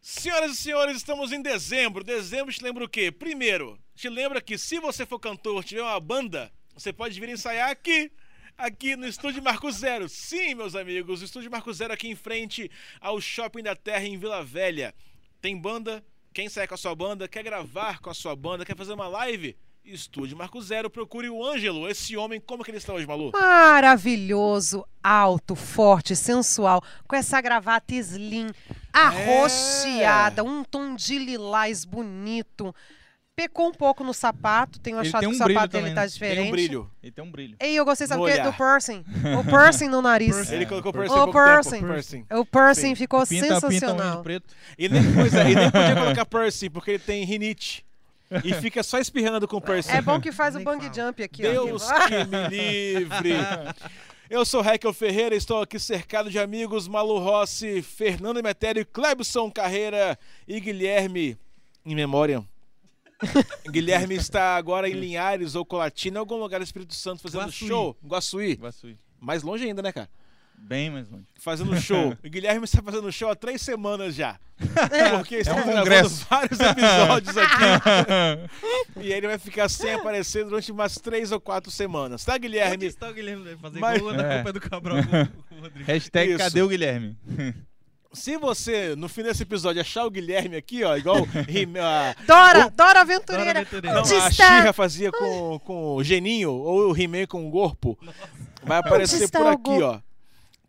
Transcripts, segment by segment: Senhoras e senhores, estamos em dezembro. Dezembro te lembra o quê? Primeiro, te lembra que se você for cantor, tiver uma banda, você pode vir ensaiar aqui aqui no Estúdio Marco Zero. Sim, meus amigos, o Estúdio Marco Zero aqui em frente ao Shopping da Terra em Vila Velha. Tem banda, quem sai com a sua banda, quer gravar com a sua banda, quer fazer uma live? Estúdio Marco Zero, procure o Ângelo, esse homem, como que ele está hoje, Malu? Maravilhoso, alto, forte, sensual, com essa gravata slim, arroxeada, É. um tom de lilás bonito. Pecou um pouco no sapato, tenho Ele achado tem que o um sapato brilho dele também, tá né? diferente. Tem um brilho. Ele tem um brilho. E eu gostei, sabe No o quê? Do olhar. piercing. O piercing no nariz. Piercing. Ele colocou o piercing há O pouco tempo, piercing. piercing. O piercing Sim. ficou pinta, pinta um de É sensacional. preto. E nem, pois é, e nem podia colocar piercing, porque ele tem rinite. E fica só espirrando com o piercing. é bom que faz o Nem bang fala. jump aqui, Deus ó. que me livre. Eu sou Raquel Ferreira, estou aqui cercado de amigos Malu Rossi, Fernando Emetério, Clebson Carreira e Guilherme em memória. Guilherme está agora em Linhares ou Colatina, em algum lugar do Espírito Santo, fazendo Guaçuí. show. Guaçuí. Guaçui. Mais longe ainda, né, cara? Bem mais longe. Fazendo show. O Guilherme está fazendo show há três semanas já. Porque está um gravando congresso. vários episódios aqui. e ele vai ficar sem aparecer durante umas três ou quatro semanas, tá, Onde Guilherme? está o Guilherme vai fazer Mas- gol na É. Copa do Cabral com o Rodrigo. Hashtag Isso. cadê o Guilherme? Se você, no fim desse episódio, achar o Guilherme aqui, ó, igual Rime- a, Dora, Dora Aventureira. Dora Aventureira. não, Onde a está? Xirra fazia com, com o Geninho, ou o He-Man com o Gorpo, vai aparecer está por o aqui, Gorpo? ó.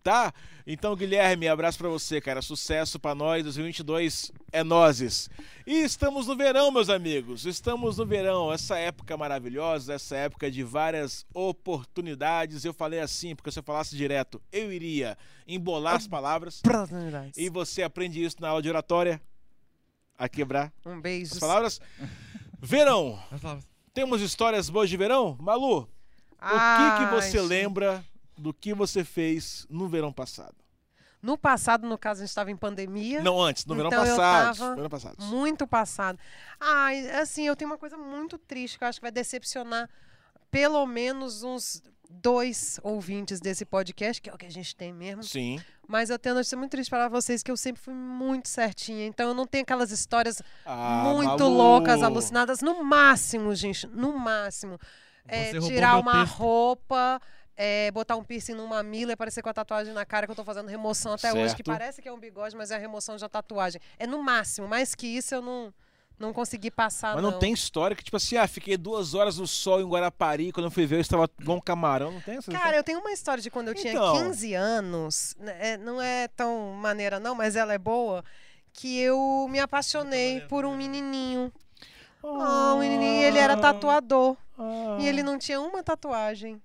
Tá? Então, Guilherme, abraço pra você, cara. Sucesso pra nós. 2022 é nozes. E estamos no verão, meus amigos. Estamos no verão. Essa época maravilhosa, essa época de várias oportunidades. Eu falei assim, porque se eu falasse direto, eu iria embolar as palavras. Oportunidades. E você aprende isso na aula de oratória. A quebrar Um as beijo. palavras. Verão. As palavras. Temos histórias boas de verão? Malu, o que, que Ai, você gente. lembra do que você fez no verão passado? No passado, no caso, a gente estava em pandemia. Não, antes, no verão Então, eu passado. tava- Verão passado. Muito passado. Ai, assim, eu tenho uma coisa muito triste que eu acho que vai decepcionar pelo menos uns dois ouvintes desse podcast, que é o que a gente tem mesmo. Sim. Mas eu tenho uma notícia muito triste para vocês, que eu sempre fui muito certinha. Então eu não tenho aquelas histórias Ah, muito Malu. loucas, alucinadas. No máximo, gente, no máximo. é, Você roubou tirar meu uma texto. roupa, é, botar um piercing numa mamilo e aparecer com a tatuagem na cara, que eu tô fazendo remoção até hoje, que Certo. parece que é um bigode, mas é a remoção de uma tatuagem. É no máximo, mais que isso eu não, não consegui passar, Mas não tem história que, tipo assim, ah, fiquei duas horas no sol em Guarapari, quando eu fui ver, eu estava igual um camarão. Não tem essa Cara, eu tenho uma história de quando eu tinha Então. 15 anos, né, é, não é tão maneira não, mas ela é boa, que eu me é apaixonei maneira, por um menininho. Ah, história? o menininho, ele era tatuador Ah. e ele não tinha uma tatuagem.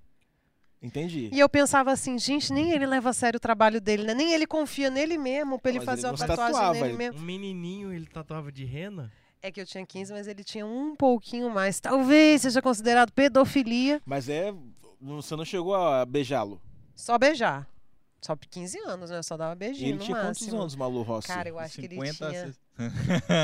Entendi. E eu pensava assim, gente, nem ele leva a sério o trabalho dele, né? Nem ele confia nele mesmo pra ele Mas fazer ele uma não se tatuagem tatuava, nele ele- mesmo. Um menininho, ele tatuava de rena? É que eu tinha 15, mas ele tinha um pouquinho mais. Talvez seja considerado pedofilia. Mas é. Você não chegou a beijá-lo. Só beijar. Só por 15 anos, né? Só dava beijinho ele no tinha quantos máximo. anos, Malu Rossi? Cara, eu acho que ele tinha. 60.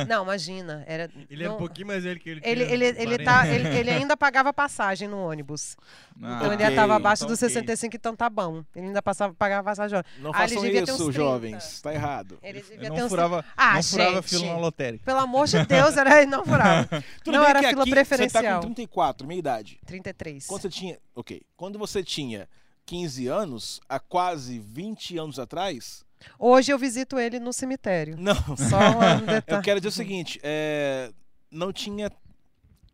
Não, imagina. Era... Ele era um não- pouquinho mais velho que ele. Ele, tinha ele, ele, 40. tá, ele, ele ainda pagava passagem no ônibus. Ah, então ele ok. ainda tava abaixo então dos ok. 65, então tá bom. Ele ainda passava, pagava passagem. Não Ah, ele façam devia ter uns isso, 30. jovens. Tá errado. Ele Eu devia ter não uns furava, Ah, não furava gente. fila na lotérica. Pelo amor de Deus, era inaugural. Tudo Não bem era que fila aqui Você tá preferencial. com 34, minha idade. 33. Quando você tinha. Ok. Quando você tinha 15 anos, há quase 20 anos atrás. Hoje eu visito ele no cemitério. Não. Só um Eu detalhe. quero dizer o seguinte: é, não tinha.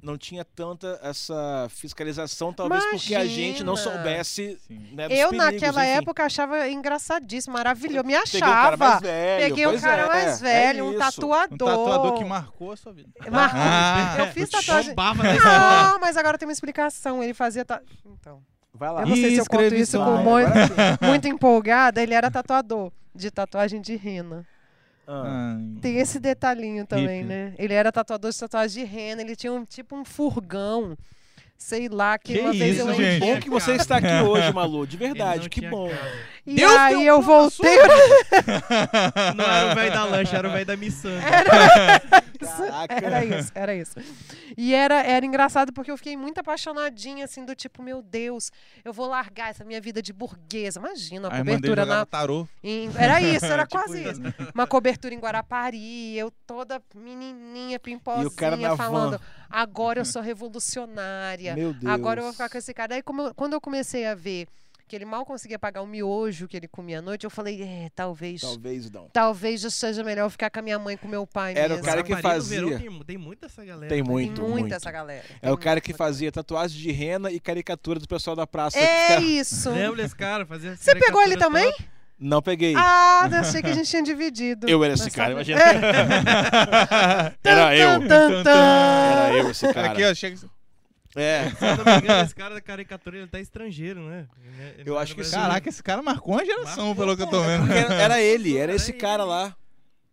Não tinha tanta essa fiscalização, talvez porque a gente não Imagina. soubesse. Sim. Né, dos Eu, perigos, naquela enfim. época, achava engraçadíssimo, maravilhoso. Me Peguei um cara mais achava. velho. Peguei um pois cara é, mais é velho, um isso. tatuador. Um tatuador que marcou a sua vida. Marcou. Ah, É eu fiz Eu tatuagem. Bombava é na escola. Não, mas agora tem uma explicação. Ele fazia. ta- Então. Vai lá. Eu não sei se eu conto isso Inscrevição. com Vai, muito, agora sim. muito empolgada. Ele era tatuador de tatuagem de rena. Ah. Ai. Tem esse detalhinho também, Hippie. né? Ele era tatuador de tatuagem de rena, ele tinha um tipo um furgão, sei lá, que, Que uma vez isso, eu Que gente? entrei. bom que você está aqui hoje, Malu. De Ele verdade, não que tinha bom. casa. E Deus aí deu eu pão na sua voltei. É. Não era o velho da lancha, era o velho da missão. isso. Caraca. Era isso, era isso. E era, era engraçado porque eu fiquei muito apaixonadinha, assim, do tipo, meu Deus, eu vou largar essa minha vida de burguesa. Imagina, a Aí mandei cobertura na. jogar tarô. em- Era isso, era Tipo quase isso. isso. Uma cobertura em Guarapari, eu toda menininha, pimposinha, na van. falando, agora eu sou revolucionária. Meu Deus. Agora eu vou ficar com esse cara. Aí como eu- quando eu comecei a ver que ele mal conseguia pagar o miojo que ele comia à noite, eu falei, é, talvez, talvez, Talvez não. já seja melhor eu ficar com a minha mãe, com meu pai Era o mesmo. cara que Rapariga do verão fazia. Tem, tem muita essa galera. Tem É, Tem né? muito, muita muito. essa galera. É tem o cara que muita essa fazia tatuagem de rena e caricatura do pessoal da praça. galera. É Fica- isso. Lembra esse cara? Fazia Você pegou ele também? Não peguei. Ah, eu achei que a gente tinha dividido. Eu era esse Mas cara, sabe- É, imagina. Tan, Era eu. tan, tan, tan. Era eu esse Aqui, cara. ó, chega. É. Se eu não me engano, esse cara da caricatura, ele tá estrangeiro, né? Ele- ele Eu não acho era que sim. brasileiro. Caraca, esse cara marcou uma geração, Marcou, pelo que eu tô vendo. Era, era ele, era Era esse ele. cara lá.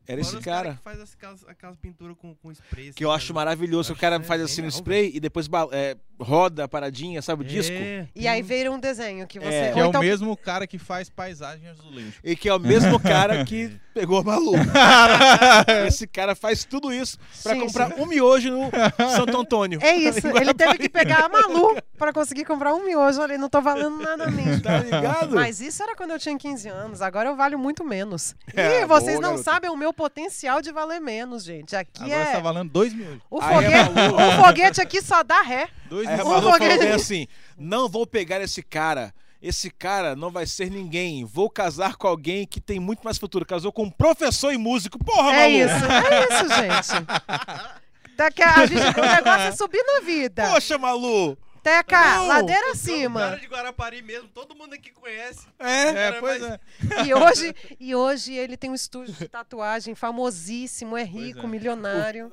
Era Fora esse os cara. que faz as- aquelas, aquelas pinturas com, com spray. assim, Que eu acho maravilhoso. O Acho cara que é faz assim no genial, spray e depois ba- é, roda a paradinha, sabe? É. O disco. É. E aí veio um desenho que você. É. ou Que é o então- mesmo cara que faz paisagem azulejo. E que é o mesmo cara que pegou a Malu. Esse cara faz tudo isso pra Sim, comprar um miojo no Santo Antônio. É isso, ele teve que pegar a Malu pra conseguir comprar um miojo ali, não tô valendo nada mesmo. Tá ligado? Mas isso era quando eu tinha 15 anos, agora eu valho muito menos. É, e vocês boa, não garota. sabem o meu potencial de valer menos, gente. Aqui Agora você é. tá valendo dois mil. O Aí é foguete, o foguete aqui só dá ré. Dois Aí a mil. Malu Vou falou bem ganhar. assim: não vou pegar esse cara. Esse cara não vai ser ninguém. Vou casar com alguém que tem muito mais futuro. Casou com um professor e músico. Porra, É Malu! isso, é isso, gente. Daqui a, a gente, o negócio é subir na vida. Poxa, Malu! Teca, Não. ladeira Cima. acima. um cara de Guarapari mesmo, todo mundo aqui conhece. É? É, pois é. E hoje, e hoje ele tem um estúdio de tatuagem famosíssimo, é rico, é. milionário.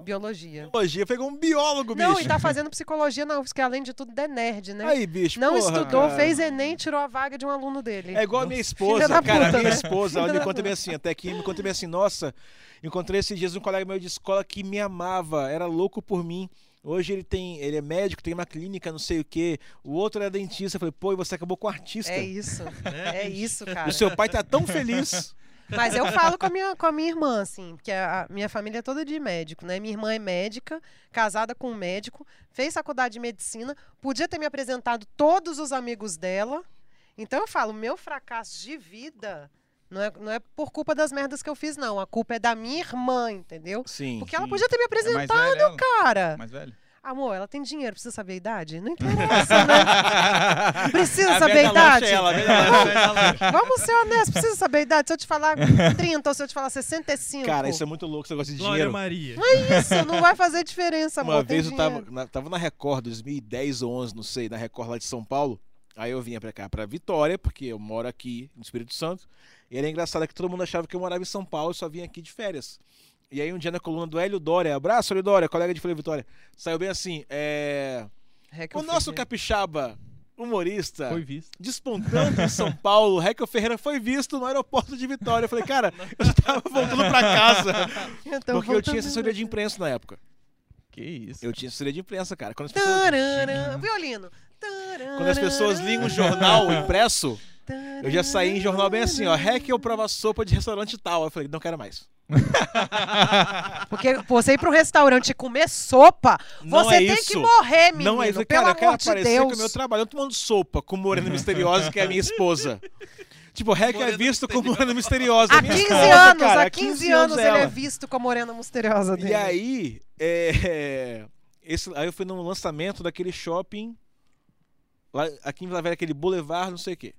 Biologia. Biologia, pegou um biólogo, bicho. Não, e tá fazendo psicologia na UFSC, que além de tudo é nerd, né? Aí, bicho. Não porra, estudou, cara. fez Enem, tirou a vaga de um aluno dele. É igual a minha esposa, Filha da cara. puta, minha né? esposa, ela Filha me da conta bem assim, até aqui, me conta bem assim, nossa, encontrei esses dias um colega meu de escola que me amava, era louco por mim. Hoje ele tem, ele é médico, tem uma clínica, não sei o quê. O outro era dentista. Eu falei, pô, e você acabou com artista. É isso. Né? É isso, cara. o seu pai tá tão feliz. Mas eu falo com a minha, com a minha irmã, assim, porque a a minha família é toda de médico, né? Minha irmã é médica, casada com um médico, fez faculdade de medicina, podia ter me apresentado todos os amigos dela. Então eu falo, meu fracasso de vida não é, não é por culpa das merdas que eu fiz, não. A culpa é da minha irmã, entendeu? Sim. Porque ela sim. podia ter me É mais apresentado, velho ela? cara. Mais velho? Amor, ela tem dinheiro, precisa saber a idade? Não interessa, né? Precisa saber a Vera Lacha, idade? ela, né? a Vera Lacha. Mas- Vamos ser honestos, precisa saber a idade. Se eu te falar 30 ou se eu te falar 65. Cara, isso é muito louco, esse negócio de Glória dinheiro. Maria. isso não vai fazer diferença, amor. Uma tem vez eu tava dinheiro. na, tava na Record, 2010 ou 11, não sei, na Record lá de São Paulo. Aí eu vinha pra cá, pra Vitória, porque eu moro aqui no Espírito Santo. E era engraçado que todo mundo achava que eu morava em São Paulo e só vinha aqui de férias. E aí um dia na coluna do Hélio Dória, abraço Hélio Dória, colega de Folha Vitória, saiu bem assim, é... É que eu O nosso fiquei- capixaba humorista Foi visto. despontando em São Paulo, Reca Ferreira foi visto no aeroporto de Vitória. Eu falei, cara, eu já tava voltando pra casa. Eu tô Porque eu tinha Então, voltando. assessoria de imprensa na época. Que isso. Eu tinha assessoria de imprensa, cara. Quando as pessoas Tararã, violino. Tararã, Quando as pessoas ligam o jornal impresso, tararã, eu já saí em jornal bem assim, ó, hack ou prova sopa de restaurante tal. Eu falei, não quero mais. Porque você ir pra um restaurante e comer sopa, Não você é tem que isso. morrer, menino. não é isso, pelo cara, eu quero amor de aparecer Deus. com o meu trabalho. Eu tô tomando sopa com morena misteriosa, que é a minha esposa. Tipo, hack é Morena visto como morena misteriosa. Há minha 15 esposa, anos, cara, há 15 anos ele ela. é visto com a morena misteriosa dele. E aí, é, esse- aí eu fui num lançamento daquele shopping, lá, aqui em Vila Velha, aquele Boulevard, não sei o quê.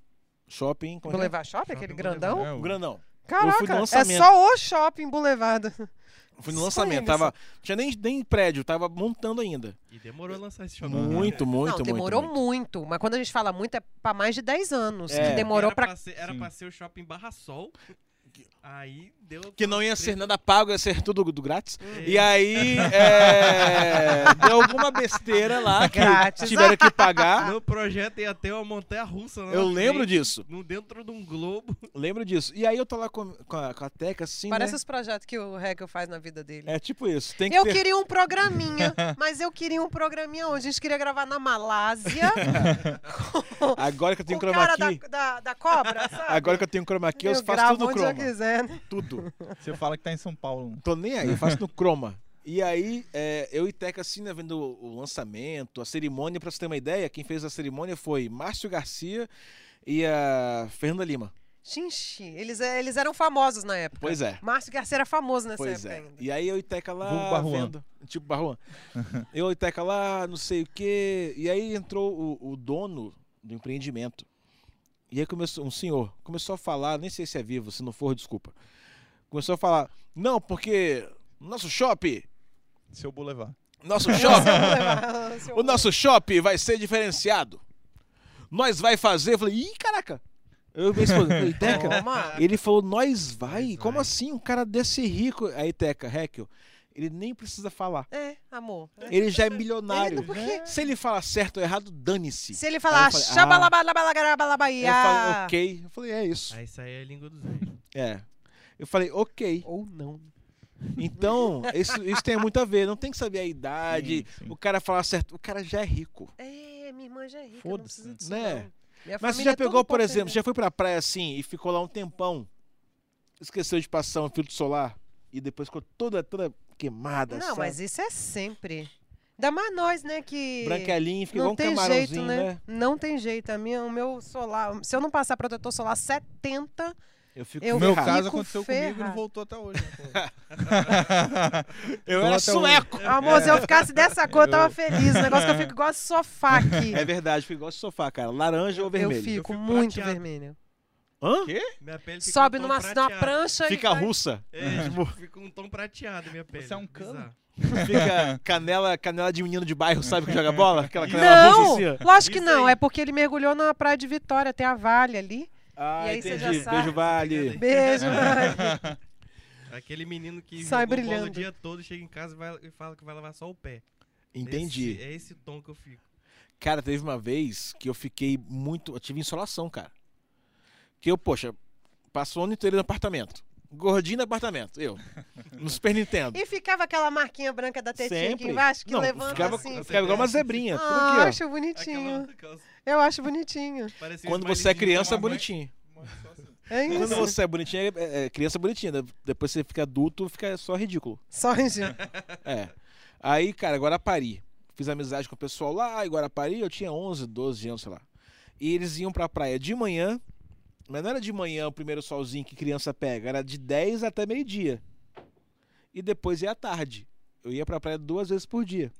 Shopping, como é que é? Boulevard Shopping, aquele Shopping grandão? É, o- Grandão. Eu fui no Caraca, é lançamento. só o shopping Boulevard. Fui no Só lançamento, ele, tava, tinha nem, nem prédio, tava montando ainda. E demorou a lançar esse jogo. Muito, muito, muito. não, demorou muito, Mas quando a gente fala muito, é pra mais de 10 anos. É. Que demorou era pra. pra ser, era Sim. pra ser o shopping Barra Sol. Aí deu. Que não ia ser nada pago, ia ser tudo do grátis. Uhum. É. E aí, é, deu alguma besteira lá que Grátis. tiveram que pagar. No projeto ia ter uma montanha russa. lá Eu na lembro frente, disso, No dentro de um globo. lembro disso. E aí eu tô lá com, com a, com a Teca, assim, Parece né? os projetos que o Hegel faz na vida dele. É tipo isso, tem que Eu ter... queria um programinha, mas eu queria um programinha onde a gente queria gravar na Malásia. Agora que eu com tenho o chroma cara key, da, da, da cobra, sabe? agora que eu tenho chroma key, eu Meu, faço grava tudo onde chroma. quiser, né? Tudo. Você fala que tá em São Paulo. Tô nem aí, eu faço no Chroma. E aí, é, eu e Teca, assim, né, vendo o o lançamento, a cerimônia, pra você ter uma ideia, quem fez a cerimônia foi Márcio Garcia e a Fernanda Lima. Xinxi, eles, é- eles eram famosos na época. Pois é. Márcio Garcia era famoso nessa Pois época é. ainda. E aí eu e Teca lá Vulgo Barruan. vendo. Tipo Barruan. eu e Teca lá, não sei o quê. E aí entrou o, o dono do empreendimento. E aí começou, um senhor, começou a falar, nem sei se é vivo, se não for, desculpa. Começou a falar, não, porque nosso shopping, Seu Boulevard. nosso Nossa, shopping, eu vou levar- se eu O nosso shopping vai ser diferenciado. Nós vai fazer. Eu falei, ih, caraca. Eu me esposa, falei, Teca. Toma. Ele falou, nós vai? Nós Como vai. assim? Um cara desse rico. Aí, Teca, Heckel, ele nem precisa falar. É, amor. É. Ele já é Ele não- milionário. por quê? Se ele fala certo ou errado, dane-se. Se ele Aí falar eu falei, ah. Aí xabalabalabalagarabalabaiá. eu falei, ok. Eu falei, é isso. Ah, isso aí é a língua dos anjos. É. Eu falei, ok. Ou não. Então, isso, isso tem muito a ver. Não tem que saber a idade. Sim, sim. Ah, O cara falar certo. O cara já é rico. É, minha irmã já é rica, não Foda-se, precisa disso. né? não. Minha Mas você família é já toda pegou, por pobre, exemplo, né? já foi pra praia assim e ficou lá um tempão, esqueceu de passar um filtro solar e depois ficou toda, toda queimada, Não, sabe? mas isso é sempre. Ainda mais nós, né, que... Branquelinho, fica Não igual um tem camarãozinho, jeito, né? né? Não tem jeito. A minha, o meu solar... Se eu não passar protetor solar 70... Eu fico Eu O meu fico caso aconteceu comigo e ferrada. não voltou até hoje. né, pô? Eu Tô era até hoje. sueco! Amor, se eu ficasse dessa cor, eu tava Eu- feliz. O negócio que eu fico igual esse sofá aqui. É verdade, fico igual de sofá, cara. Laranja ou eu, vermelho? fico fico muito prateado. vermelha. Hã? Minha pele fica Sobe um tom numa, numa prateado. prancha Fica e vai- russa, É, tipo, fica um tom prateado minha pele. é um cano? Bizarro. fica canela, canela de menino de bairro, sabe que joga bola? Aquela canela russa Não, assim, ó. lógico que Isso não. aí. É porque ele mergulhou na praia de Vitória, tem a Vale ali. Ah, E aí você entendi. já sabe. Beijo, Vale. Beijo, Vale. Aquele menino que Sai jogou bola brilhando. o dia todo, chega em casa e, vai- e fala que vai lavar só o pé. Entendi. Esse- é esse tom que eu fico. Cara, teve uma vez que eu fiquei muito. Eu tive insolação, cara. Que eu, poxa, passou o ano inteiro no apartamento. Gordinho no apartamento, eu. No Super Nintendo. E ficava aquela marquinha branca da tetinha aqui Sempre. embaixo, que Não, levanta ficava, assim. eu ficava igual uma zebrinha. tudo Ah, eu aqui, ó. acho bonitinho. Aquela calça- Eu acho bonitinho. parecia um Quando você é smilezinho criança, é da mamãe. bonitinho. assim. É né? isso. Quando você é bonitinho, é- é, é criança bonitinha. né? Depois você fica adulto, fica só ridículo. Só isso. É. Aí, cara, Guarapari. Fiz amizade com o pessoal lá em Guarapari. Eu tinha 11, 12 anos, sei lá. E eles iam pra praia de manhã. Mas não era de manhã o primeiro solzinho que criança pega. Era de 10 até meio-dia. E depois ia à tarde. Eu ia pra praia duas vezes por dia.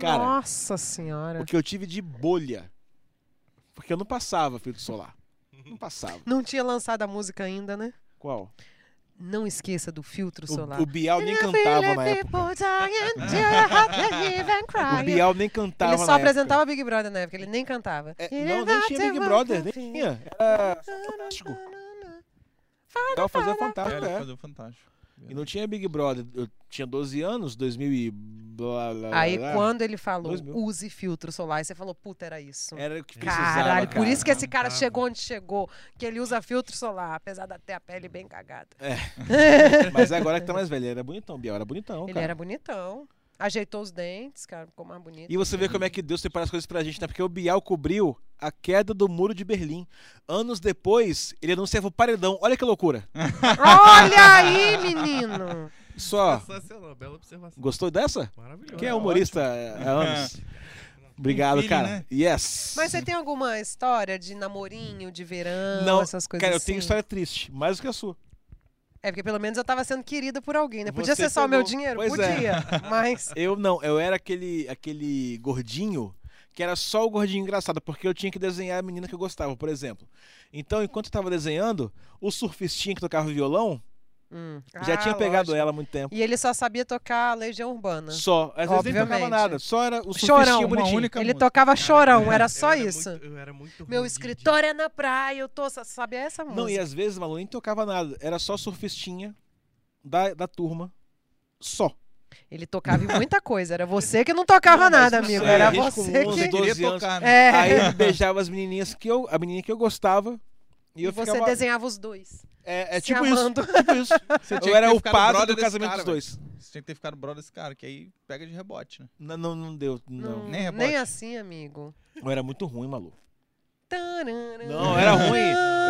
Cara, Nossa senhora. O que eu tive de bolha. Porque eu não passava filtro solar. Não passava. Não tinha lançado a música ainda, né? Qual? Não esqueça do filtro solar. é O, o Bial nem cantava na época. O Bial nem cantava Ele na só época. apresentava Big Brother na época, ele nem cantava. É, não, nem tinha Big Brother, nem tinha. Era fantástico. Bial fazia É, fantástico, ele é. fazia o Fantástico. E não tinha Big Brother. Eu tinha 12 anos, 2000 e blá, blá, blá, Aí blá. quando ele falou, 2000. use filtro solar, você falou, puta, era isso. Era o que É, precisava, Caralho, por cara. isso que esse cara Tava. chegou onde chegou, que ele usa filtro solar, apesar de ter a pele bem cagada. Mas agora que tá mais velho, ele era bonitão, Bial, era bonitão, ele cara. era bonitão, ajeitou os dentes, cara, ficou mais bonito. E você vê como é que Deus separa as coisas pra gente, né? Porque o Bial cobriu a queda do Muro de Berlim. Anos depois, ele anunciava o paredão. Olha que loucura. Olha aí, menino! Só, Sensacional, bela observação. gostou dessa? Maravilhoso. Quem é humorista há anos? Obrigado, feeling, cara. né? Yes. Mas você tem alguma história de namorinho, de verão, Não, essas coisas Cara, eu assim? tenho história triste, mais do que a sua. É porque pelo menos eu tava sendo querida por alguém, né? Podia Você ser só o meu pegou. dinheiro? Pois é. Podia, mas... Eu não, eu era aquele, aquele gordinho que era só o gordinho engraçado, porque eu tinha que desenhar a menina que eu gostava, por exemplo. Então, enquanto eu tava desenhando, o surfistinha que tocava violão Hum. já Ah, tinha pegado lógico. ela há muito tempo. E ele só sabia tocar Legião Urbana. Só. Às vezes nem tocava Obviamente. nada, só era o surfistinha Chorão. Uma bonitinho. única- Ele música. tocava Cara, chorão, é, eu era só eu era isso. muito- eu era muito ruim Meu de- escritório é na praia, eu tô. Sabia essa música? Não, e é- às vezes, Malu, nem tocava nada. Era só surfistinha da, da turma. Só. Ele tocava em muita coisa. Era você que não tocava Não, mas nada, isso amigo. é Era risco você com que. Você 12 anos. né? É. Aí ele beijava as menininhas que eu. A menina que eu gostava. E E eu você ficava. desenhava os dois. É, é se tipo isso. amando. Tipo isso. Você tinha Eu que era ter o ficado padre brother do desse casamento dos cara, dois. velho. Você tinha que ter ficado brother desse cara, que aí pega de rebote, né? Não, não, não deu. Não. é Não, nem Hum, nem, rebote. assim, amigo. Eu era muito ruim, maluco. Tararã. Não, era ruim.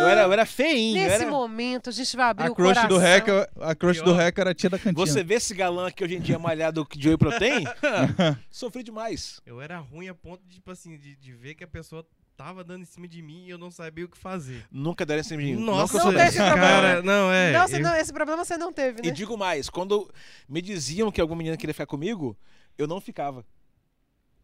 Eu era, eu era feinho. eu Nesse era- momento, a gente vai abrir A o crush coração. do é hacker, a crush do Pior. hacker era a tia da cantina. Você vê esse galã que hoje em dia é malhado que de whey protein? Sofri demais. Eu era ruim a ponto de, tipo assim, de, de ver que a pessoa tava dando em cima de mim e eu não sabia o que fazer. Nunca deram esse mim. Nossa, Nunca eu não tem soubesse. esse problema. cara, não, é. Não, você eu- não- esse problema você não teve, E né? digo mais, quando me diziam que alguma menina queria ficar comigo, eu não ficava.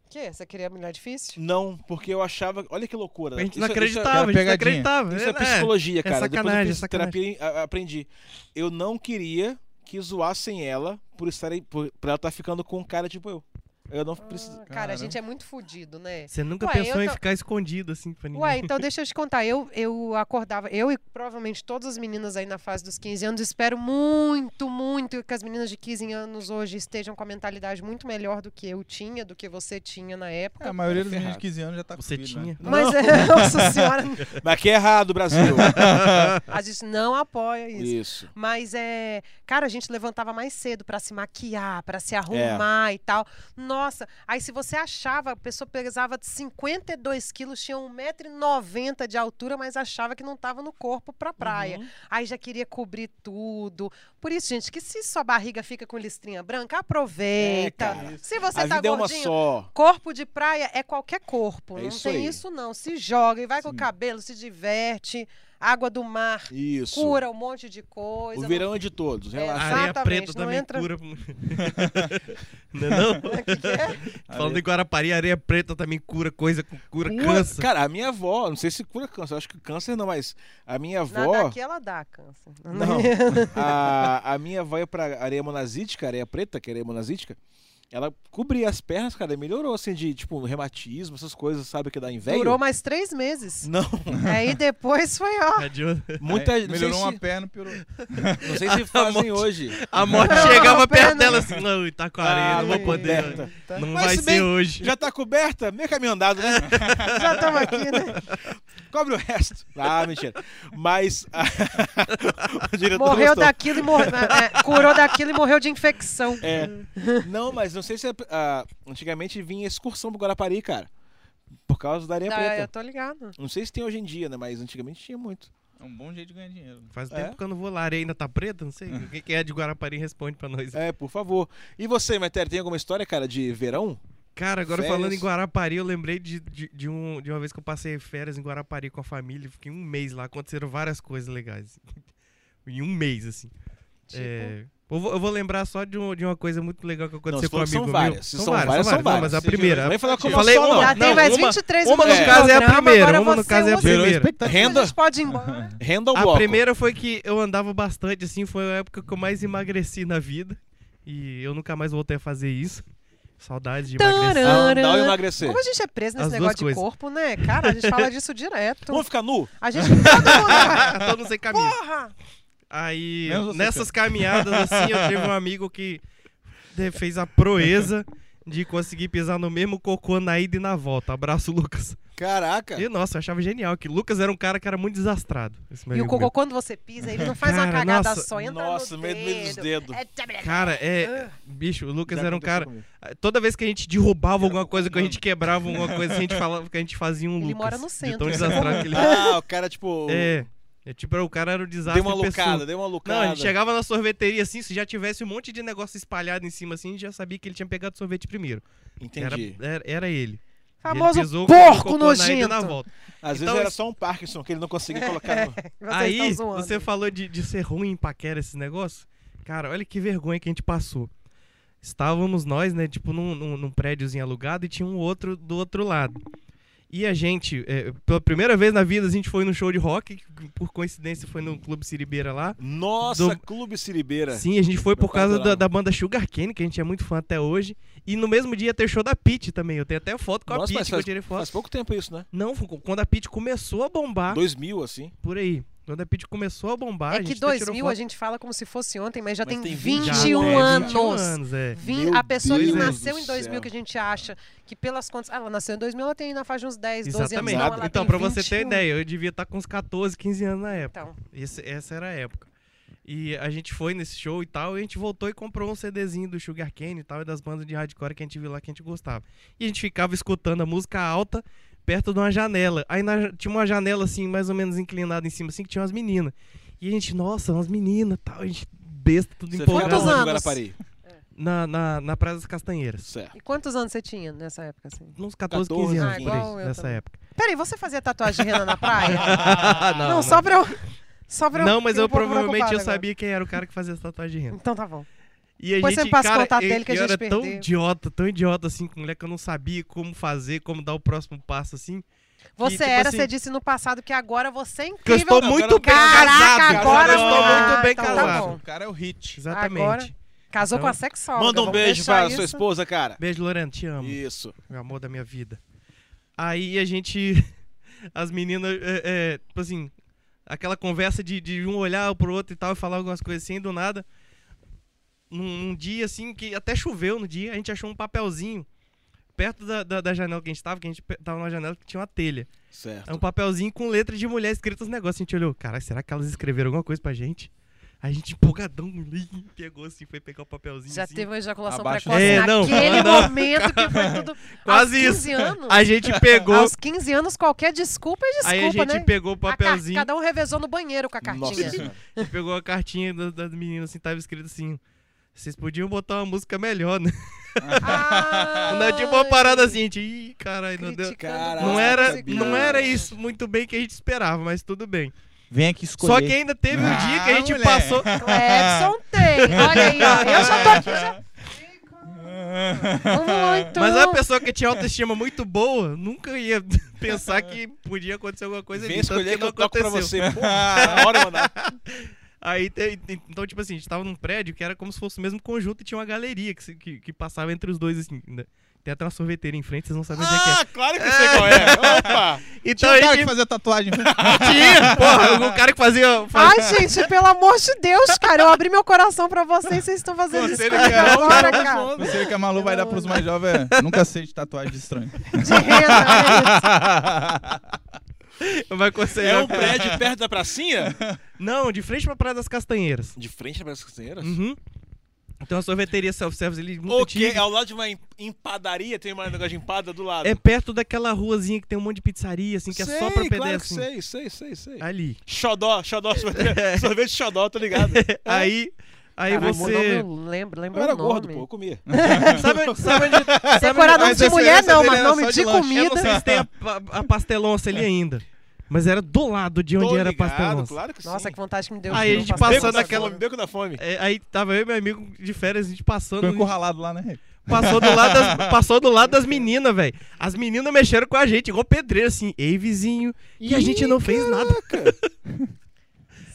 O quê? Você queria mulher difícil? Não, porque eu achava. Olha que loucura. A gente Isso- é não isso- acreditava, a gente não pegadinha. acreditava. Isso é né? psicologia, cara. Depois eu sacanagem, fiz é sacanagem. terapia e a- aprendi. Eu não queria que zoassem ela por estar aí, por, por ela estar ficando com um cara tipo eu. Eu não preciso. Ah, cara, a Caramba. gente é muito fudido, né? Você nunca Ué, pensou eu em tô- ficar escondido assim pra ninguém. Ué, então deixa eu te contar. Eu, eu acordava, eu e provavelmente todas as meninas aí na fase dos 15 anos, espero muito, muito que as meninas de 15 anos hoje estejam com a mentalidade muito melhor do que eu tinha, do que você tinha na É, época. a maioria dos meninos Ferrado. de 15 anos já tá com Você é filho, tinha. Ah, Né? Mas, nossa senhora, Mas que é errado, Brasil. a gente não apoia isso. Isso. Mas é, cara, a gente levantava mais cedo pra se maquiar, pra É. se arrumar e tal. Nossa, aí se você achava, a pessoa pesava 52 quilos, tinha 1,90m de altura, mas achava que não tava no corpo pra praia. Uhum. Aí já queria cobrir tudo. Por isso, gente, que se sua barriga fica com listrinha branca, aproveita. É, cara. se você a tá vida é uma gordinho, só. Corpo de praia é qualquer corpo, É não isso tem aí. isso não. Se joga e vai com o Sim. cabelo, se diverte, água do mar, Isso. cura um monte de coisa. o não verão é de todos. É, Relaxa. Areia Exatamente, preta não também entra- cura. não, é não? é? Falando em Guarapari, areia preta também cura coisa, cu- cura Cura- câncer. Cara, a minha avó, não sei se cura câncer, eu acho que câncer não, mas a minha Na avó, daqui ela dá câncer. Não. a, a minha avó ia pra areia monazítica, areia preta, que é areia monazítica, ela cobria as pernas, cara, e melhorou, assim, de, tipo, reumatismo, essas coisas, sabe, que dá em velho. Durou mais três meses. Não, Aí depois foi, ó. Adianta. muita, É, Aí, não, sei É, melhorou uma se, perna, piorou. não sei Tá se fazem hoje. A morte Não, chegava pena. perto dela assim, não, tá com areia, Ah, não vou tá poder. coberta. Não Mas vai se ser bem- hoje. Já tá coberta? Meio caminho andado, né? É. Já estamos aqui, né? Cobre o resto. Ah, mentira. Mas. a- o diretor Morreu gostou. daquilo e morreu. né, curou daquilo e morreu de infecção. É. Não, mas não sei se. é- ah, antigamente vinha excursão pro Guarapari, cara. Por causa da areia Ah, eu preta. tô ligado. Não sei se tem hoje em dia, né? Mas antigamente tinha muito. É um bom jeito de ganhar dinheiro. né? Faz É? Hum. tempo que eu não vou lá, a areia ainda tá preta, não sei. O que que é de Guarapari responde pra nós. É, por favor. E você, Matéria, tem alguma história, cara, de verão? Cara, agora Férias. falando em Guarapari, eu lembrei de, de, de um, de uma vez que eu passei férias em Guarapari com a família. Fiquei um mês lá, aconteceram várias coisas legais. em um mês, assim. Tipo, É, eu, vou, eu vou lembrar só de, um- de uma coisa muito legal que Não, aconteceu se com um for que são amigo meu. várias. Se são várias, são não, Mas várias. a primeira. Vem falar Eu como falei só, não. uma- já tem não, mais uma- 23 uma minutos no de caso é a programa, primeira, agora uma no você caso é a usa- primeira. A Renda? gente pode ir embora. Renda ou A bloco? primeira foi que eu andava bastante, assim, foi a época que eu mais emagreci na vida. E eu nunca mais voltei a fazer isso. Saudade de emagrecer. Taran. Ah, Andar ou emagrecer? Como a gente é preso nesse As duas negócio de coisas. corpo, né? Cara, a gente fala disso direto. Vamos ficar nu? A gente todo mundo. Tô no sem caminho. Porra! Aí, Menos você, nessas caminhadas, assim, eu teve um amigo que de- fez a proeza de conseguir pisar no mesmo cocô na ida e na volta. Abraço, Lucas. Caraca. E, nossa, eu achava genial que Lucas era um cara que era muito desastrado. esse meu E o amigo cocô, meu. quando você pisa, ele não faz uma Cara, cagada nossa, só, entra Nossa, no meio dedo. É. tá, meio dos dedos. Cara, Ah. é... Bicho, o Lucas Já era um aconteceu cara... comigo. Toda vez que a gente derrubava alguma coisa, que a gente quebrava alguma coisa, a gente falava que a gente fazia um Ele Lucas. mora no De centro, tão isso é desastrado que ele... Ah, o cara, tipo. É. É tipo, o cara era um desastre Deu uma em pessoa. loucada, deu uma Não, loucada. a gente chegava na sorveteria assim, se já tivesse um monte de negócio espalhado em cima assim, a gente já sabia que ele tinha pegado sorvete primeiro. Era, Entendi. era, era ele. Famoso ele pisou, porco colocou na ida e nojento. Na volta. Às Então, vezes era esse- só um Parkinson que ele não conseguia colocar. no- Vocês Aí, estão zoando. você falou de, de ser ruim em paquera esse negócio. Cara, olha que vergonha que a gente passou. Estávamos nós, né, tipo, num, num, num prédiozinho alugado e tinha um outro do outro lado. E a gente, é, pela primeira vez na vida, a gente foi num show de rock, que por coincidência foi no Clube Siribeira lá. Nossa, Do- Clube Siribeira. Sim, a gente foi É. Meu por pai causa adorava. da, da banda Sugar Cane, que a gente é muito fã até hoje. E no mesmo dia ter show da Pete também. Eu tenho até foto com Nossa, a mas Pete, que eu Tá. tirei foto. Faz pouco tempo isso, né? Não, fu- quando a Pete começou a bombar, 2000, assim. por aí. Quando a Pete começou a bombar, É a gente que até tirou 2000 foto. a gente fala como se fosse ontem, mas já Mas tem, tem 21 Já 21 tem anos. 21 anos, é. Vin- Meu a pessoa Deus que do nasceu em 2000, céu. que a gente acha que pelas contas. Ah, ela nasceu em 2000, ela tem na faixa de uns 10, 12 anos. Exatamente. então ela então, tem pra você ter 21. ideia, eu devia estar com uns 14, 15 anos na época. Então, Esse- essa era a época. E a gente foi nesse show e tal, e a gente voltou e comprou um CDzinho do Sugar Cane e tal, e das bandas de hardcore que a gente viu lá que a gente gostava. E a gente ficava escutando a música alta, perto de uma janela. Aí na- tinha uma janela, assim, mais ou menos inclinada em cima, assim, que tinha umas meninas. E a gente, nossa, umas meninas tal. A gente besta, tudo Você empolgado. ficava onde, anos? Guarapari? Na, na, na Praia das Castanheiras. Certo. E quantos anos você tinha nessa época, assim? Uns 14, 14, 15 anos, Ah, por igual aí, eu nessa também. época. Peraí, você fazia tatuagem de rena na praia? não, não, só pra eu. Só pra Não, mas fiquei um eu pouco provavelmente preocupada eu agora. sabia quem era o cara que fazia essa tatuagem de renda. Então tá bom. E a Depois gente, você me passa o cara, contato eu, dele que a eu gente era tão perdeu. idiota, tão idiota assim com o moleque, eu não sabia como fazer, como dar o próximo passo assim. Você tipo era, assim- você disse no passado que agora você é Que eu incrível. estou Não, muito bem Caraca, casado. agora eu estou sim. muito Ah, bem então tá casado. bom. O cara é o hit. Exatamente. Agora- Casou Então, com a sexóloga. Manda um vamos beijo deixar pra isso. sua esposa, cara. Beijo, Lorena, te amo. Isso. Meu amor da minha vida. Aí a gente. As meninas. É, é, tipo assim. Aquela conversa de, de um olhar pro outro e tal, e falar algumas coisas assim, do nada. Num, num dia assim, que até choveu no dia, a gente achou um papelzinho perto da, da, da janela que a gente tava, que a gente pe- tava numa janela que tinha uma telha. É um Certo. papelzinho com letra de mulher escritas negócios. A gente olhou, caralho, será que elas escreveram alguma coisa pra gente? A gente empolgadão, pegou assim, foi pegar o papelzinho. Já assim. teve uma ejaculação Abaixo- precoce É, não, naquele não. momento que foi tudo. Quase aos isso. 15 Anos, A gente pegou, Aos 15 anos, qualquer desculpa é desculpa, aí a gente né? pegou o A car- papelzinho. Cada um revezou no banheiro com a cartinha. Nossa Senhora. Ele pegou a cartinha da- das meninas, assim, tava escrito assim. Vocês podiam botar uma música melhor, né? Ah, Não tinha uma parada assim, gente. Ih, caralho, não deu. criticando Caraca, Não era, Bianca. não era isso muito bem que a gente esperava, mas tudo bem. Vem aqui escolher. Só que ainda teve um dia que a Ah, gente mulher. passou. Clebson tem. Olha aí, ó. Eu já tô aqui, já. Vamos lá, então. Mas a pessoa que tinha autoestima muito boa nunca ia pensar que podia acontecer alguma coisa Vem ali, tanto escolher que não eu toco pra aconteceu. você. Porra, Ah, na hora, mano. Aí, te- então, tipo assim, a gente tava num prédio que era como se fosse o mesmo conjunto e tinha uma galeria que, se- que, que passava entre os dois, assim. né? Tem até uma sorveteria em frente, vocês não sabem onde é que é. Ah, claro que eu sei qual é. Opa! Então Tinha um a cara gente que fazia tatuagem. tinha, porra, o cara que fazia... Ai, gente, pelo amor de Deus, cara. Eu abri meu coração pra vocês vocês estão fazendo isso Conselho comigo que a- um agora, cara. Você que a Malu vai dar pros mais jovens. é, Nunca aceite tatuagem de estranho. De renda. né? Vai aconselhar. É um prédio perto da pracinha? Não, de frente pra Praia das Castanheiras. De frente à Praça das Cozinheiras? Uhum. Então a sorveteria self-service ali... nunca Ok, tive. é ao lado de uma em- empadaria, tem um negócio de empada do lado. É perto daquela ruazinha que tem um monte de pizzaria, assim, que é só pra Sei, claro que pedestre. sei, sei, sei, sei. Ali. Xodó, xodó, sorvete, sorvete xodó, tá ligado? É. Aí, aí Caramba, você... não me lembro, Eu lembro era o nome. gordo, pô, eu comia. Sabe, sabe onde... Decorar sabe onde- nome Mas de a mulher diferença não, dele mas era nome só de de lanche. Eu não comida. sei se tem a, a, a pastelonça ali ainda. Mas era do lado de onde É. Tô era a ligado, pastelonça. Claro que sim. Nossa, que vontade que me deu. Aí de a gente não passar Beco isso passou da naquela- fome, agora. beco da fome. É, aí tava eu e meu amigo de férias, a gente passando. Ficou a gente encurralado lá, né? passou, do lado das, passou do lado das meninas, velho. As meninas mexeram com a gente, igual pedreiro, assim. Ei, vizinho. E a gente não fez nada.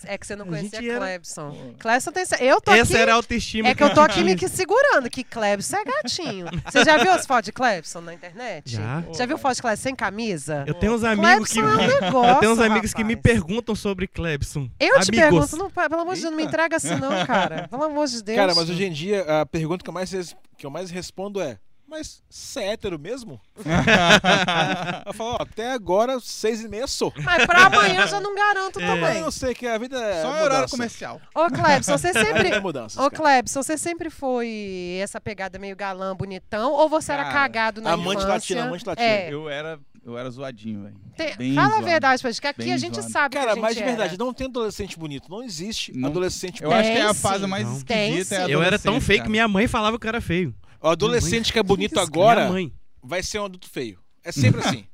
É que você não A conhecia gente era- Clebson. Clebson tem. Eu tô Essa aqui. era a autoestima. É que eu tô aqui tinha. me que segurando, que Clebson é gatinho. Você já viu as fotos de Clebson na internet? Já. viu foto de Clebson sem camisa? Eu tenho uns amigos que. Clebson é um negócio. Eu tenho uns amigos que me rapaz. perguntam sobre Clebson. Eu te amigos. pergunto, não, pa- pelo amor de Deus, não me entrega assim não, cara. Pelo amor de Deus. Cara, mas hoje em dia a pergunta que eu mais, res- que eu mais respondo é: Mas você é hétero mesmo? eu falo, ó, até agora, seis e meia sou. Tá Mas pra amanhã eu já não É. garanto também. Eu sei que a vida é. Só em mudança. horário comercial. Ô, Clebson, você A vida sempre... é mudança. Ô, Clebson, você sempre foi essa pegada meio galã, bonitão? Ou você era Cara, cagado na amante infância? latino, amante latino. É. Eu era, eu era zoadinho, velho. Tem- Bem Fala zoado. a verdade pra gente, que aqui Bem a gente zoado. sabe que a Cara, gente é- mas de era. verdade, não tem adolescente bonito. Não existe Não. adolescente Eu bonito. acho que é a Tem fase sim. mais Não. Tem esquisita. é a sim. Eu era tão adolescente, feio cara. que minha mãe falava que eu era feio. O adolescente que é bonito Isso, agora Minha mãe. vai ser um adulto feio. É sempre assim.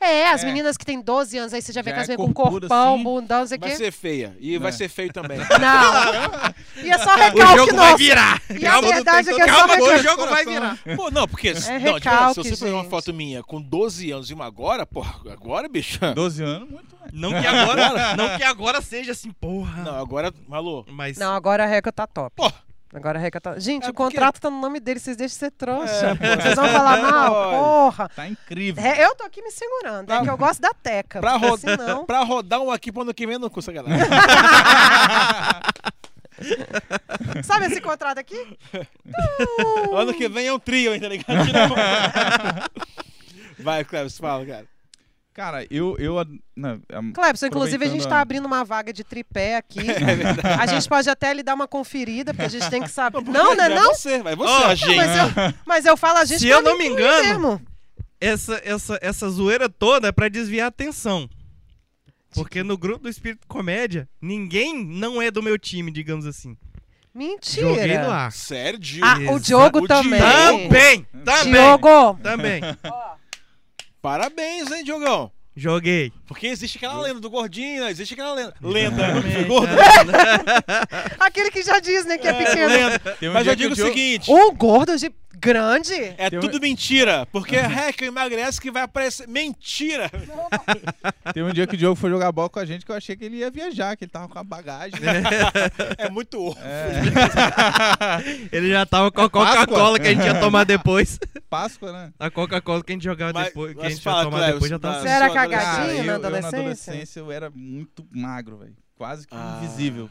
É, as É. meninas que têm 12 anos, aí você já vê Já que elas é vêm com corpuda, corpão, assim. bundão, não sei o Vai quê. ser feia. E vai ser feio também. Não. E é só O jogo recalque vai nosso. virar. E a Calma, não tem verdade é que é todo- só calma que o recalque. jogo vai virar. Pô, não, porque. não, de verdade, É recalque, se você fizer uma gente. foto minha com 12 anos e uma agora, porra, agora, bicho. 12 anos, muito. né? Não que agora, não que agora seja assim, porra. Não, agora, Malu. Mas Não, agora a Reca tá top. Pô. Agora a Reca tá. Gente, É porque- o contrato tá no nome dele, vocês deixam ser trouxa. É, pô. Vocês vão falar mal, Olha. porra. Tá incrível. É, eu tô aqui me segurando, é que eu gosto da teca. Pra, ro porque senão- pra rodar um aqui pro ano que vem não custa, galera. Sabe esse contrato aqui? ano que vem é um trio, hein, tá ligado? Tira a mão. Vai, Cleves, fala, cara. Cara, eu. eu ad- não, a- Clebson, inclusive a gente Aproveitando tá a- abrindo uma vaga de tripé aqui. a gente pode até lhe dar uma conferida, porque a gente tem que saber. Não, né, Vai não? é Você, vai você, Ó, gente. Mas eu, mas eu falo a gente Se pra eu não mim me incluir engano, mesmo. essa, essa, essa zoeira toda é pra desviar a atenção. Porque no grupo do Espírito Comédia, ninguém não é do meu time, digamos assim. Mentira. Joguei no ar. Sério, Diogo? Ah, o Exato. é Diogo O também. Também! Também! Diogo. Também! Parabéns, hein, Diogão? Joguei. Porque existe aquela lenda do gordinho, né? existe aquela lenda. Lenda, não fui Também, gordo. né? Aquele que já diz, né, que é pequeno. Lenda. Tem um Mas dia eu que digo o o Diogo- seguinte: Um gordo de grande. é Tem um- tudo mentira. Porque é hacker emagrece que vai aparecer. Mentira! Tem um dia que o Diogo foi jogar bola com a gente que eu achei que ele ia viajar, que ele tava com a bagagem. Né? É muito ovo. Ele já tava com a Coca-Cola que a gente ia tomar depois. Páscoa, né? A Coca-Cola que a gente jogava Mas- depois, que a mas gente fala, ia tomar Cleves, depois já da- tava Você era sua adolescência. Cara, cagadinho eu, na eu na adolescência? adolescência eu era muito magro, velho. Quase que Ah. invisível.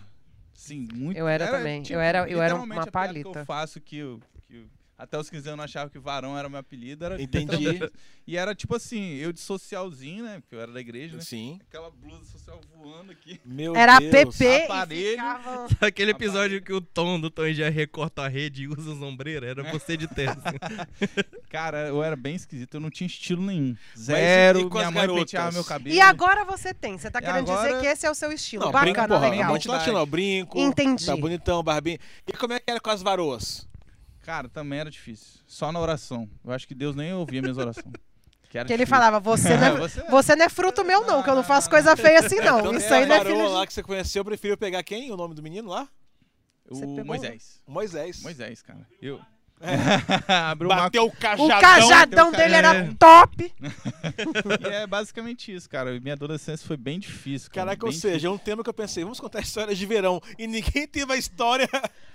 Sim, muito. tipo, Eu era também. Eu era- eu era uma literalmente a piada Que palita. eu faço que, eu- que eu- até os 15 anos eu achava que varão era meu apelido. Era Entendi. E era tipo assim, eu de socialzinho, né? Porque eu era da igreja, né? Sim. Aquela blusa social voando aqui. Meu Era Deus. PP e aparelho. ficava- Aquele episódio que o Tom do Tom já recorta a rede e usa as ombreiras, era você de terra. assim. Cara, eu era bem esquisito, eu não tinha estilo nenhum. e Zero, com as minha mãe garotas? penteava meu cabelo. E agora você tem. Você tá E querendo dizer agora- que esse é o seu estilo. Não, brinco, Bacana, porra. legal. Minha mãe te latina, ó, brinco. Entendi. Tá bonitão, barbinho. E como é que era com as varoas? Cara, também era difícil. Só na oração. Eu acho que Deus nem ouvia minhas orações. Que, era Que ele difícil. falava, você não é, Você- você não é fruto meu não, que eu não faço coisa feia assim não. Tanto Isso que aí não a é varoa filho de... lá que você conheceu, preferiu pegar quem? O nome do menino lá? Você O pegou, Moisés. O Moisés. Moisés, cara. Eu. É. Abriu uma Bateu o cajadão. O cajadão o dele cara- era top. E é basicamente isso, cara. Minha adolescência foi bem difícil. Cara. Caraca, bem ou seja, é um tema que eu pensei, vamos contar histórias de verão. E ninguém teve a história.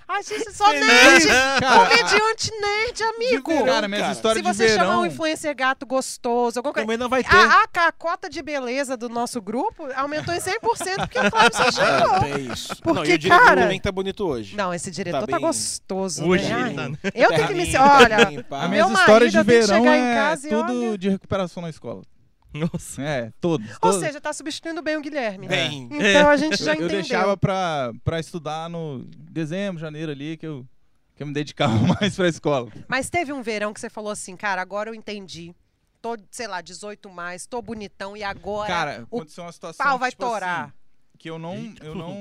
A gente só Feliz, nerd. Cara, Comediante nerd, amigo. difícil. Cara, minhas cara. histórias Se de você chamar um verão. é influencer gato gostoso, alguma coisa... Também não vai ter. A, a, a cota de beleza do nosso grupo aumentou em 100% porque o Flávio se chegou. é isso. ah, Porque, não, e o diretor cara- nem tá bonito hoje. Não, esse diretor tá, bem- gostoso, Hoje né? ele Ai, tá- Eu tenho que me... Terninho, Tá Olha, limpa. A Meu minhas marido, histórias de eu tenho que verão chegar em é casa e tudo olha. de recuperação na escola. Nossa. É, todos. Ou todos. seja, tá substituindo bem o Guilherme. Bem. Então a gente já É. eu, eu entendeu. deixava pra, pra estudar no dezembro, janeiro ali, que eu, que eu me dedicava mais pra escola. Mas teve um verão que você falou assim, cara, agora eu entendi. Tô, sei lá, 18 mais, tô bonitão e agora Cara, o aconteceu uma situação. pau vai tipo torar. assim, que eu não. Eu não.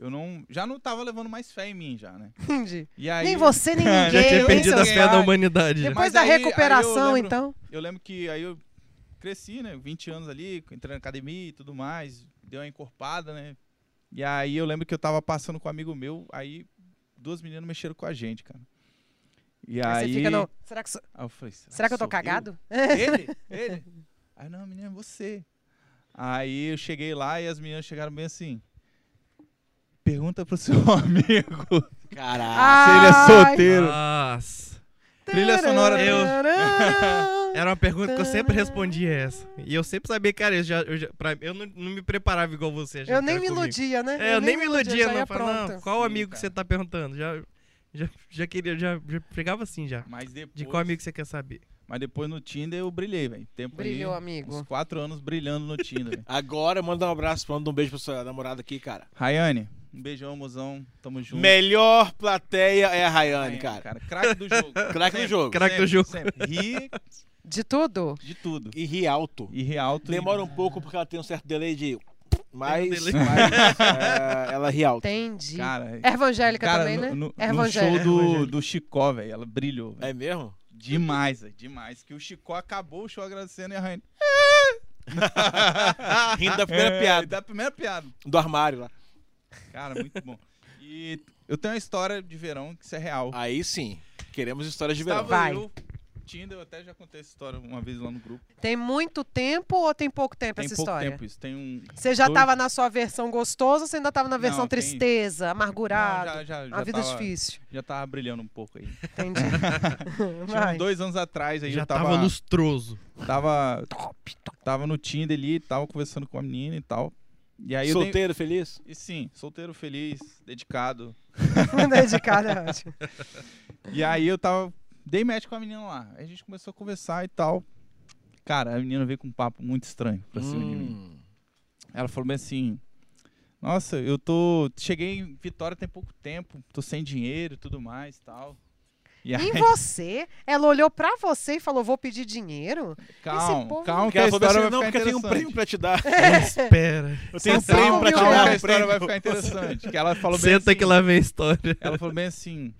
Eu não. Já não tava levando mais fé em mim, já, né? Entendi. E aí, nem você, nem Já É. ninguém. Já tinha nem perdido seu a fé da pai. humanidade. já. Depois Mas da aí- aí eu recuperação, lembro- então. Eu lembro que aí eu cresci, né? 20 anos ali, entrei na academia e tudo mais, deu uma encorpada, né? E aí eu lembro que eu tava passando com um amigo meu, aí duas meninas mexeram com a gente, cara. E Aí aí. você fica no. Será que, sou- aí eu falei, será, será que eu tô sou cagado? Ele? Ele? Aí, não, menina, é você. Aí eu cheguei lá e as meninas chegaram bem assim. Pergunta pro seu amigo Ah. Caraca. se ele é Ai, solteiro. Nossa. Trilha sonora eu- tarará. Era uma pergunta que eu sempre respondia essa. E eu sempre sabia, cara, eu, já, eu, já- pra- eu não, não me preparava igual você. achando Eu que nem era me comigo. iludia, né? É, eu nem me iludia, já não. ia Eu falava, pronta. não, qual Sim, amigo que cara. você tá perguntando? Já, já, já queria, já, já chegava assim já. Mas depois, De qual amigo que você quer saber? mas depois no Tinder eu brilhei, velho. Tempo ali, Brilhou, amigo. Uns quatro anos brilhando no Tinder, velho. Agora manda um abraço, manda um beijo pra sua namorada aqui, cara. Rayane, um beijão, mozão. Tamo junto. Melhor plateia é a Rayane, cara. Craque do jogo. Craque do Sempre, jogo. Craque sempre, do jogo. sempre. Ri De tudo? de tudo. E Rialto. E realto. Demora um pouco porque ela tem um certo delay de. Mas, Tem um delay. mas, é, ela ri alto. Entendi. Cara, É evangélica cara, também, no, né? no- É no show evangélica. do, Evangélica. do Chicó, velho, ela brilhou. velho. É mesmo? Demais, velho, demais. Que o Chicó acabou o show agradecendo e a Rainha. Rindo da primeira É, piada. Da primeira piada. Do armário lá. Cara, muito bom. E eu tenho uma história de verão que isso é real. Aí sim. Queremos histórias de verão. Estava Vai. eu, Tinder, eu até já contei essa história uma vez lá no grupo. Tem muito tempo ou tem pouco tempo Tem essa pouco história? tempo isso. Tem um. Você já Dois- tava na sua versão gostosa ou você ainda tava na versão Não, tem- tristeza, amargurado? Não, já, já, já a vida é tava, difícil. Já tava brilhando um pouco aí. Entendi. Tinha Vai. uns dois anos atrás aí Já eu tava. tava lustroso. Tava, Top, top. tava no Tinder ali e tal, conversando com a menina e tal. E aí eu. dei- Solteiro, feliz? E sim, solteiro feliz, dedicado. Dedicado é ótimo. E aí eu tava. Dei match com a menina lá. Aí a gente começou a conversar e tal. Cara, a menina veio com um papo muito estranho pra cima de mim. Hum. Ela falou bem assim. Nossa, eu tô. Cheguei em Vitória tem pouco tempo, tô sem dinheiro e tudo mais e tal. E aí, Em você, ela olhou pra você e falou: vou pedir dinheiro. calma, povo- calma Porque que a ela falou história assim, vai não, ficar porque eu tenho um interessante. prêmio pra te dar. É. Espera. Eu tenho um Sessão prêmio pra te humilde. dar. Calma que um a história vai prêmio. ficar interessante. Que ela falou bem Senta assim, que lá vem a história. Ela falou bem assim,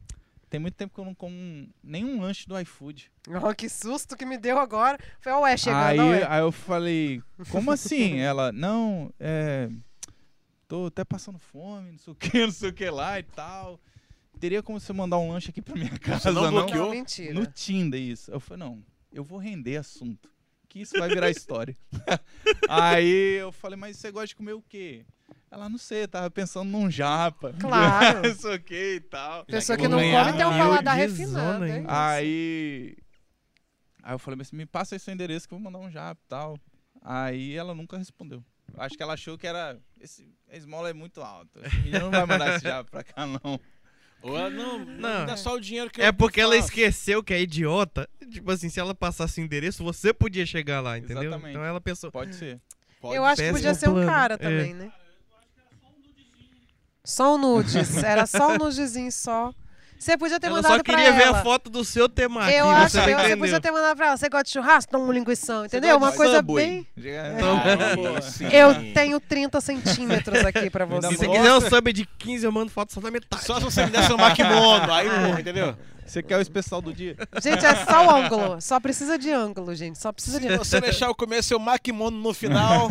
tem muito tempo que eu não como um- nenhum lanche do iFood. Oh, que susto que me deu agora. Foi, ué, é?" chegando, aí, é. ué. aí eu falei, como assim? Ela, não, é. Tô até passando fome, não sei o que, não sei o que lá e tal. Teria como você mandar um lanche aqui pra minha casa, não não? bloqueou? Não, eu- mentira. No Tinder, isso. Eu falei, não, eu vou render assunto. Que isso vai virar história. aí eu falei, mas você gosta de comer o quê? Ela, não sei, eu tava pensando num japa. Claro. Não sei o que e tal. Pessoa que que eu não vou ganhar come tem um mil paladar de refinado, zona, hein? assim? hein? Ah, Aí. Aí eu falei, mas me passa aí seu endereço que eu vou mandar um japa e tal. Aí ela nunca respondeu. Acho que ela achou que era. Esse, a esmola é muito alta. Esse menino não vai mandar esse japa pra cá, não. Ou ela, não, não, me dá só o dinheiro que eu É porque ela faço. esqueceu que é idiota. Tipo assim, se ela passasse o endereço, você podia chegar lá, entendeu? Exatamente. Então ela pensou. Pode ser. Pode Ah, eu acho que péssimo podia ser um plano, cara é. também, né? Só um nudes. Era só um nudezinho só. Você podia ter Ela mandado só queria pra ver ela. a foto do seu temaki. eu acho você tá que não você entendeu. podia ter mandado pra ela. Você gosta de churrasco? Toma um linguição, entendeu? Uma coisa bem. Então, Aí sim. Eu tenho 30 centímetros aqui pra Me dá Se você. você Nossa. quiser um sub de 15, eu mando foto só da metade. Só se você me der seu maquimono, aí porra, entendeu? Você quer o especial do dia? Gente, é só o ângulo. Só precisa de ângulo, gente. Só precisa de Se você deixar eu comer seu maquimono no final,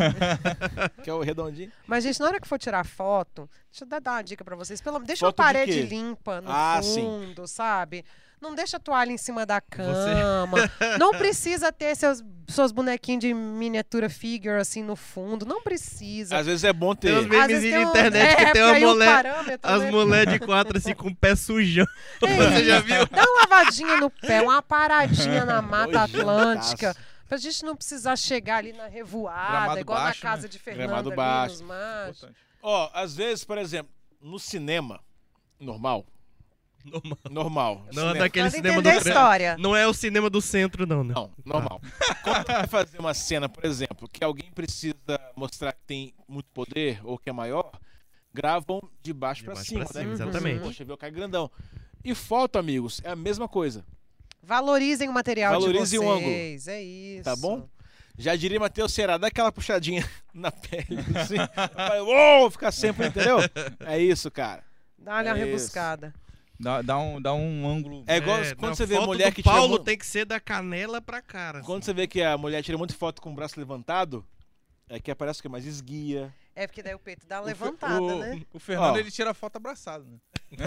que é o redondinho. Mas, gente, na hora que for tirar foto, deixa eu dar, dar uma dica pra vocês. Pelo, deixa Foto de a parede quê? limpa no Ah, sim. fundo, sabe? Não deixa a toalha em cima da cama. Não precisa ter seus, seus bonequinhos de miniatura figure assim no fundo. Não precisa. Às vezes é bom ter. Tem uns Às memes vezes de tem um- internet é, que tem porque uma aí o mulher. parâmetro, As né? mulheres de quatro assim com o pé sujão. É Você já isso. viu? Dá uma lavadinha no pé, uma paradinha na Mata Atlântica. Nojentaço. Pra gente não precisar chegar ali na revoada, Gramado igual baixo, na casa né? de Fernando Gramado ali baixo. nos machos. Importante. Ó, às vezes, por exemplo, no cinema, normal, Normal. normal. Não é cinema. daquele Mas cinema entender a do centro. história. Não é o cinema do centro, não, né? Não, normal. Quando você vai fazer uma cena, por exemplo, que alguém precisa mostrar que tem muito poder ou que é maior, gravam de baixo De pra baixo cima, pra né? cima, Pra exatamente. cima, Poxa, vê o cara é grandão. E foto, amigos, é a mesma coisa. Valorizem o material Valorizem de o ângulo. vocês. É isso. Tá bom? Já diria Matheus Ceará, dá aquela puxadinha na pele, assim. Vai, uou, fica sempre, entendeu? É isso, cara. Dá-lhe É uma isso. rebuscada. Dá, dá um, dá um ângulo. É igual É, quando não, você vê foto mulher do que tira Paulo muito- tem que ser da canela pra cara. assim. Quando você vê que a mulher tira muita foto com o braço levantado, é que aparece o que mais esguia. É porque daí o peito dá uma levantada, o, né? O Fernando, Ó. ele tira foto abraçado. Né?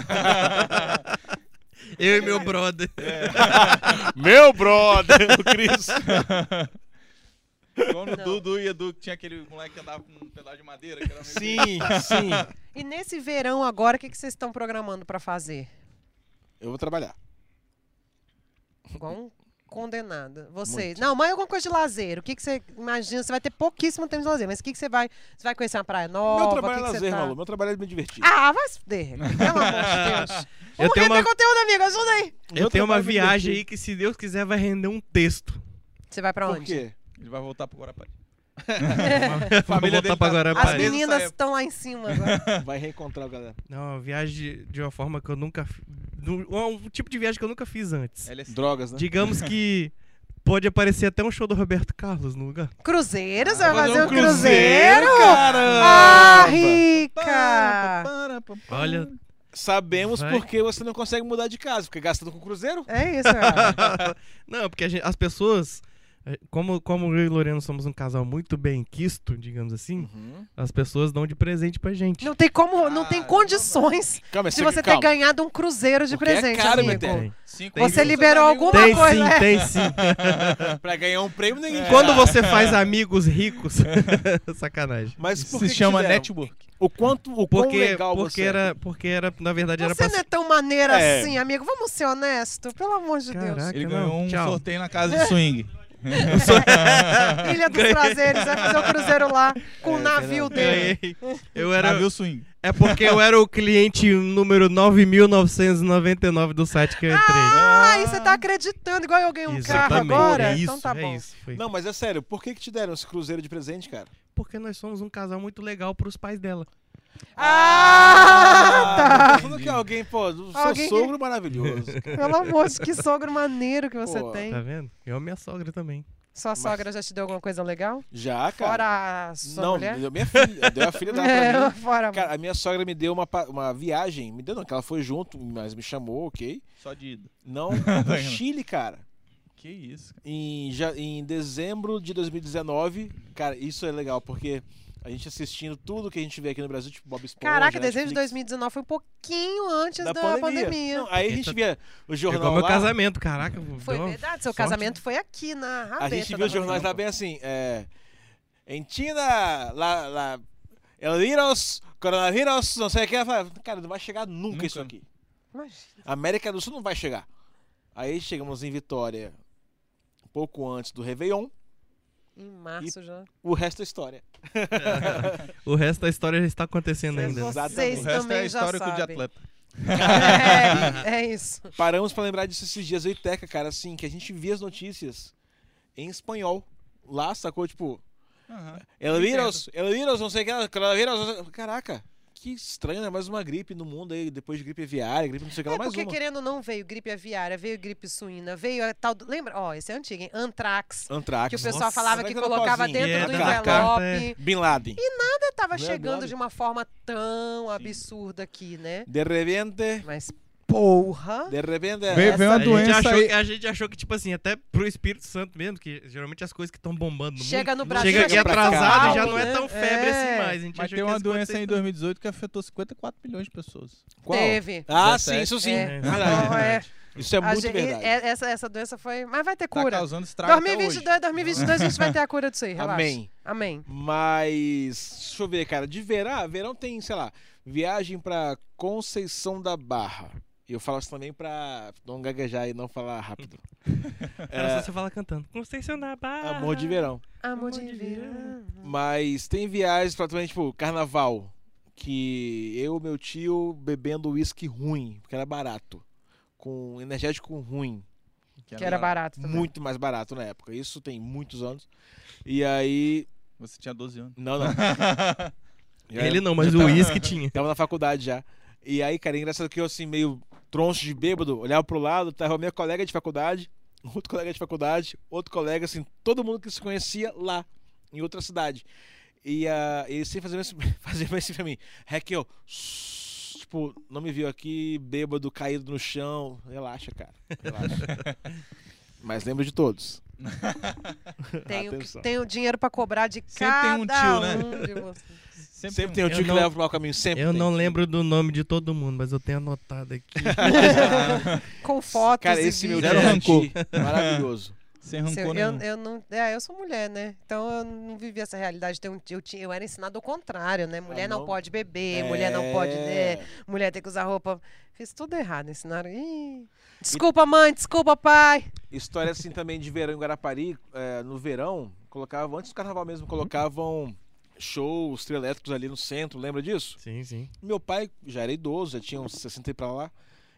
Eu e meu brother. Meu brother, o Cris. Igual no Não. Dudu e Edu, que tinha aquele moleque que andava com um pedaço de madeira. Que era meio Sim, sim. E nesse verão agora, o que, que vocês estão programando pra fazer? Eu vou trabalhar. Igual um condenado. Vocês. Não, mas alguma coisa de lazer. O que, que você imagina? Você vai ter pouquíssimo tempo de lazer, mas o que, que você vai. Você vai conhecer uma praia nova? Meu O trabalho é que que você lazer, tá... Malu. Meu trabalho é me divertir. Ah, vai se fuder. Pelo amor de Deus. Eu Vamos tenho render uma- conteúdo, amigo. Ajuda aí. Eu tenho uma viagem aí que, se Deus quiser, vai render um texto. Você vai pra Por onde? quê? Ele vai voltar pro Guarapari. Vamos Família dele voltar pra tá- Guarapari. As Paris, meninas essa época. estão lá em cima agora. Vai reencontrar o galera. Não, uma viagem de uma forma que eu nunca. fi- nu- Um tipo de viagem que eu nunca fiz antes. Ele é assim, Drogas, né? Digamos que pode aparecer até um show do Roberto Carlos no lugar. Cruzeiro? Você Ah, vai fazer um cruzeiro, cruzeiro? caramba! Ah, rica! "Para, pa, pa, pa." Olha, Sabemos Vai. porque você não consegue mudar de casa, porque gastando com cruzeiro. É isso, cara. Não, porque a gente- as pessoas. eh, Como, como eu e Loreno somos um casal muito bem quisto, digamos assim, Uhum. as pessoas dão de presente pra gente. Uhum. Não tem como, não tem Caramba. condições Calma, de você ter ganhado um cruzeiro de Porque é presente, caro, amigo. Metelli. Tem, Cinco Você minutos, liberou amigo, alguma tem coisa, sim, é. tem sim. Pra ganhar um prêmio, ninguém Quando você faz amigos ricos. Sacanagem. Mas por Se que chama que te deram? network. O quanto, o quão Porque, legal porque, você é. era, porque era, na verdade, era Você pra não é tão maneira É. assim, amigo. Vamos ser honesto, pelo amor de Deus. Caraca, Ele não. ganhou um Tchau. sorteio na casa de swing. Ilha dos Prazeres, vai fazer o cruzeiro lá com o navio dele. Ganhei. Eu era, Navio swing. é porque eu era o cliente número 9.999 do site que eu entrei. Ah, aí você tá acreditando, igual eu ganhei um Exatamente. carro agora? É isso, então tá é bom. isso, foi. Não, mas é sério, por que que te deram esse cruzeiro de presente, cara? Porque nós somos um casal muito legal pros pais dela. Ah, Tô falando que alguém, pô, do seu Alguém que- sogro maravilhoso. tá. Pelo amor de que sogro maneiro que você Pô. tem. Tá vendo? Eu minha sogra também. Sua sogra já te deu alguma coisa legal? Já, cara. Fora a sua não, mulher? deu minha filha. Deu a filha dela pra É, mim. fora. Cara, a minha sogra me deu uma, pa- uma viagem. Me deu não, que ela foi junto, mas me chamou, ok. é Só de ida. Não, pro Chile, cara. Que isso, cara. Em, ja- em dezembro de 2019. Cara, isso é legal, porque a gente assistindo tudo que a gente vê aqui no Brasil, tipo Bob Esponja, Caraca, dezembro de Netflix, 2019 foi um pouquinho antes da, pandemia. Não, aí a gente via o jornal Igual meu lá, casamento, caraca. deu Foi uma verdade, seu sorte. casamento foi aqui na A rabeta gente da viu os jornais Maria. lá bem assim, é... Em China, lá... lá El vírus, coronavírus, não sei o que. Eu falava, Cara, não vai chegar nunca, Nunca. isso aqui. Imagina. América do Sul não vai chegar. Aí chegamos em Vitória um pouco antes do Réveillon. Em março já. O resto é história. O resto da história já está acontecendo Vocês, ainda. né? Exatamente. vocês O resto também é já histórico de sabem. atleta. É, é isso. Paramos pra lembrar disso esses dias, eu e Teca, cara, assim, que a gente via as notícias em espanhol. Lá, sacou, tipo, Aham. El Entendo. vírus, el vírus, não sei o que, coronavírus, não sei o que. Caraca, que estranho, né? Mais uma gripe no mundo aí, depois de gripe aviária, gripe não sei o que, lá, É mais porque uma. querendo ou não veio gripe aviária, veio gripe suína, veio a tal. do- Lembra? Ó, esse é antigo, hein? Antrax. Antrax. Que o pessoal Nossa, falava será que era colocava nozinho? dentro É, do da carta, é. envelope. Bin Laden. Nada Não tava é chegando grave? de uma forma tão absurda aqui, né? De repente, Mas porra! de repente... Veio, veio A uma gente, doença achou, aí. que- a gente achou que, tipo assim, até pro Espírito Santo mesmo, que geralmente as coisas que estão bombando no Chega mundo, no Brasil, chega aqui chega pra cá. atrasado, São já Paulo, não é né? tão febre É. assim mais. A gente Mas achou tem que uma as coisas doença aí em 2018 que afetou 54 milhões de pessoas. Qual? Teve. Ah, 17. sim, isso sim. É. Verdade. Então, é, Isso é a muito gente- verdade. é- essa, essa doença foi. Mas vai ter Tá cura. causando estrago até hoje. 2022, 2022 a gente vai ter a cura disso aí, relaxa. Amém. Amém. Mas, deixa eu ver, cara, de verão, ah, verão tem, sei lá, viagem pra Conceição da Barra. E eu falo isso também pra não gaguejar e não falar rápido. Era É, só você falar cantando. Conceição da barra. amor de verão. Amor de de verão. Mas tem viagens pra também, tipo, carnaval. Que eu, meu tio, bebendo uísque ruim, porque era barato. Com energético ruim. Que era barato também. Muito mais barato na época. Isso tem muitos anos. E aí. Você tinha 12 anos. Não, não. É. Já tá- Ele não, mas o uísque tinha. Tava na faculdade já. E aí, cara, é engraçado que eu, assim, meio troncho de bêbado, olhava pro lado, tava minha colega de faculdade, outro colega de faculdade, outro colega, assim, todo mundo que se conhecia lá, em outra cidade. E ah, ele sempre fazia isso, fazia isso pra mim. Raquel, shh, tipo, não me viu aqui, bêbado, caído no chão. Relaxa, cara, relaxa. Mas lembro de todos. Tenho, Atenção. tenho dinheiro pra cobrar de Sempre tem cada um tio, um de vocês. Sempre, Sempre tem um Eu tio que não- leva pro mau caminho, sempre Eu É, tem. não lembro do nome de todo mundo, mas eu tenho anotado aqui. Com fotos Cara, e esse meu vídeos. tio Zero é rancor. anti- maravilhoso. um- Sem rancor Se eu, eu, nenhum. eu não, é, eu sou mulher, né? Então eu não vivi essa realidade. Tem um tio- Eu, tinha- eu era ensinada ao contrário, né? Mulher não Ah, não? pode beber, mulher não pode, É. né? Mulher tem que usar roupa. Fiz tudo errado, ensinaram. Ih. Desculpa, mãe, desculpa, pai. História assim também de verão em Guarapari, é, no verão, colocavam, antes do carnaval mesmo, colocavam shows trielétricos ali no centro, lembra disso? sim, sim. Meu pai já era idoso, já tinha uns 60 e pra lá,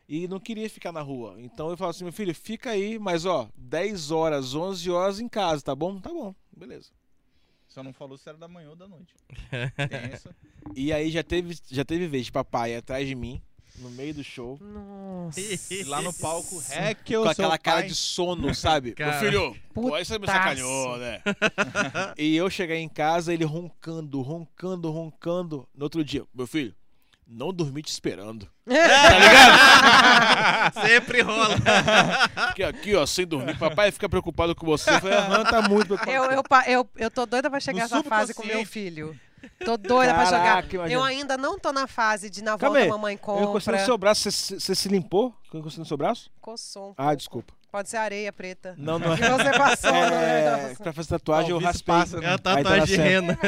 e não queria ficar na rua. Então eu falava assim, meu filho, fica aí, mas ó, 10 horas, 11 horas em casa, tá bom? Tá bom, beleza. Só não falou se era da manhã ou da noite. Tem essa. E aí já teve, já teve vez de papai atrás de mim, no meio do show, Nossa. E lá no palco, Isso. é que eu com sou aquela cara pai. de sono, sabe? Cara. Meu filho, pô, aí você me Putaço. sacaneou, né? e eu cheguei em casa, ele roncando, roncando, roncando. No outro dia, meu filho, não dormi te esperando. Sempre rola. Porque aqui, ó, sem dormir, papai fica preocupado com você. Eu falei, aham, tá muito preocupado. Eu, eu, pa- eu, eu tô doida pra chegar No nessa fase com meu subconsciente. filho. Tô doida pra jogar. Caraca, imagina. Eu ainda não tô na fase de na volta Calma aí, mamãe Eu encostei compra. no seu braço, você- você se limpou? Eu encostei no seu braço? Coçou um Ah, pouco. desculpa. Pode ser areia preta. Não, não é. Que você passou, É, né? pra fazer tatuagem, eu Ó, o vice raspei. passa, É né? a Aí tá tatuagem na de certa. rena.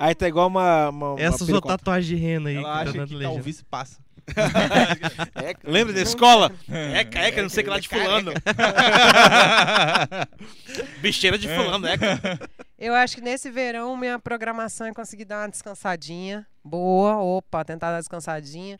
Aí tá igual uma. uma, uma Essa sua pericota. tatuagem de rena aí. Ela que tá acha dando que legenda. talvez passa. É, lembra da escola? É careca, não sei o que lá de fulano. Bicheira de fulano, é, cara. Eu acho que nesse verão minha programação é conseguir dar uma descansadinha. Boa, opa, tentar dar uma descansadinha.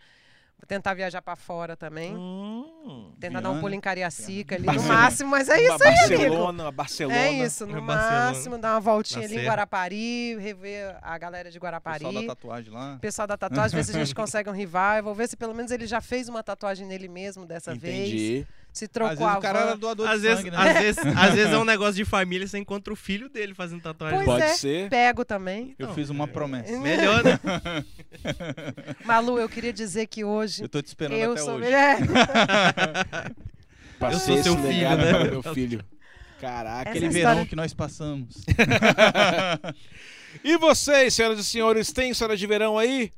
Vou tentar viajar pra fora também. Hum. tentar dar um Viana, pulo em Cariacica ali, no Barcelona. máximo. Mas é isso aí, amigo. Barcelona, Barcelona. É isso, no Barcelona. máximo, dar uma voltinha Na ali em Serra. Guarapari, rever a galera de Guarapari. Pessoal da tatuagem lá. O pessoal da tatuagem, ver se a gente consegue um revival, ver se pelo menos ele já fez uma tatuagem nele mesmo dessa vez. Entendi. Se Às trocou vezes a o cara van. era doador Às de vezes, sangue, né? às, vezes, às vezes é um negócio de família, você encontra o filho dele fazendo tatuagem. Pois Pode é. ser. Pego também. Então, Eu fiz uma é, promessa. Melhor, né? Malu, eu queria dizer que hoje Eu tô te esperando eu até sou hoje. mulher. Passei Eu sou esse seu filho, legado né? para meu filho. Caraca. Essa é Aquele história- verão que nós passamos. E vocês, senhoras e senhores, tem história de verão aí?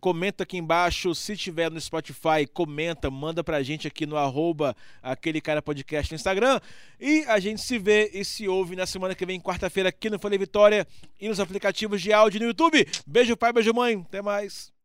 Comenta aqui embaixo, se tiver no Spotify, comenta, manda pra gente aqui no arroba aquele cara podcast no Instagram. E a gente se vê e se ouve na semana que vem, quarta-feira, aqui no Folha Vitória e nos aplicativos de áudio no YouTube. Beijo pai, beijo mãe, até mais.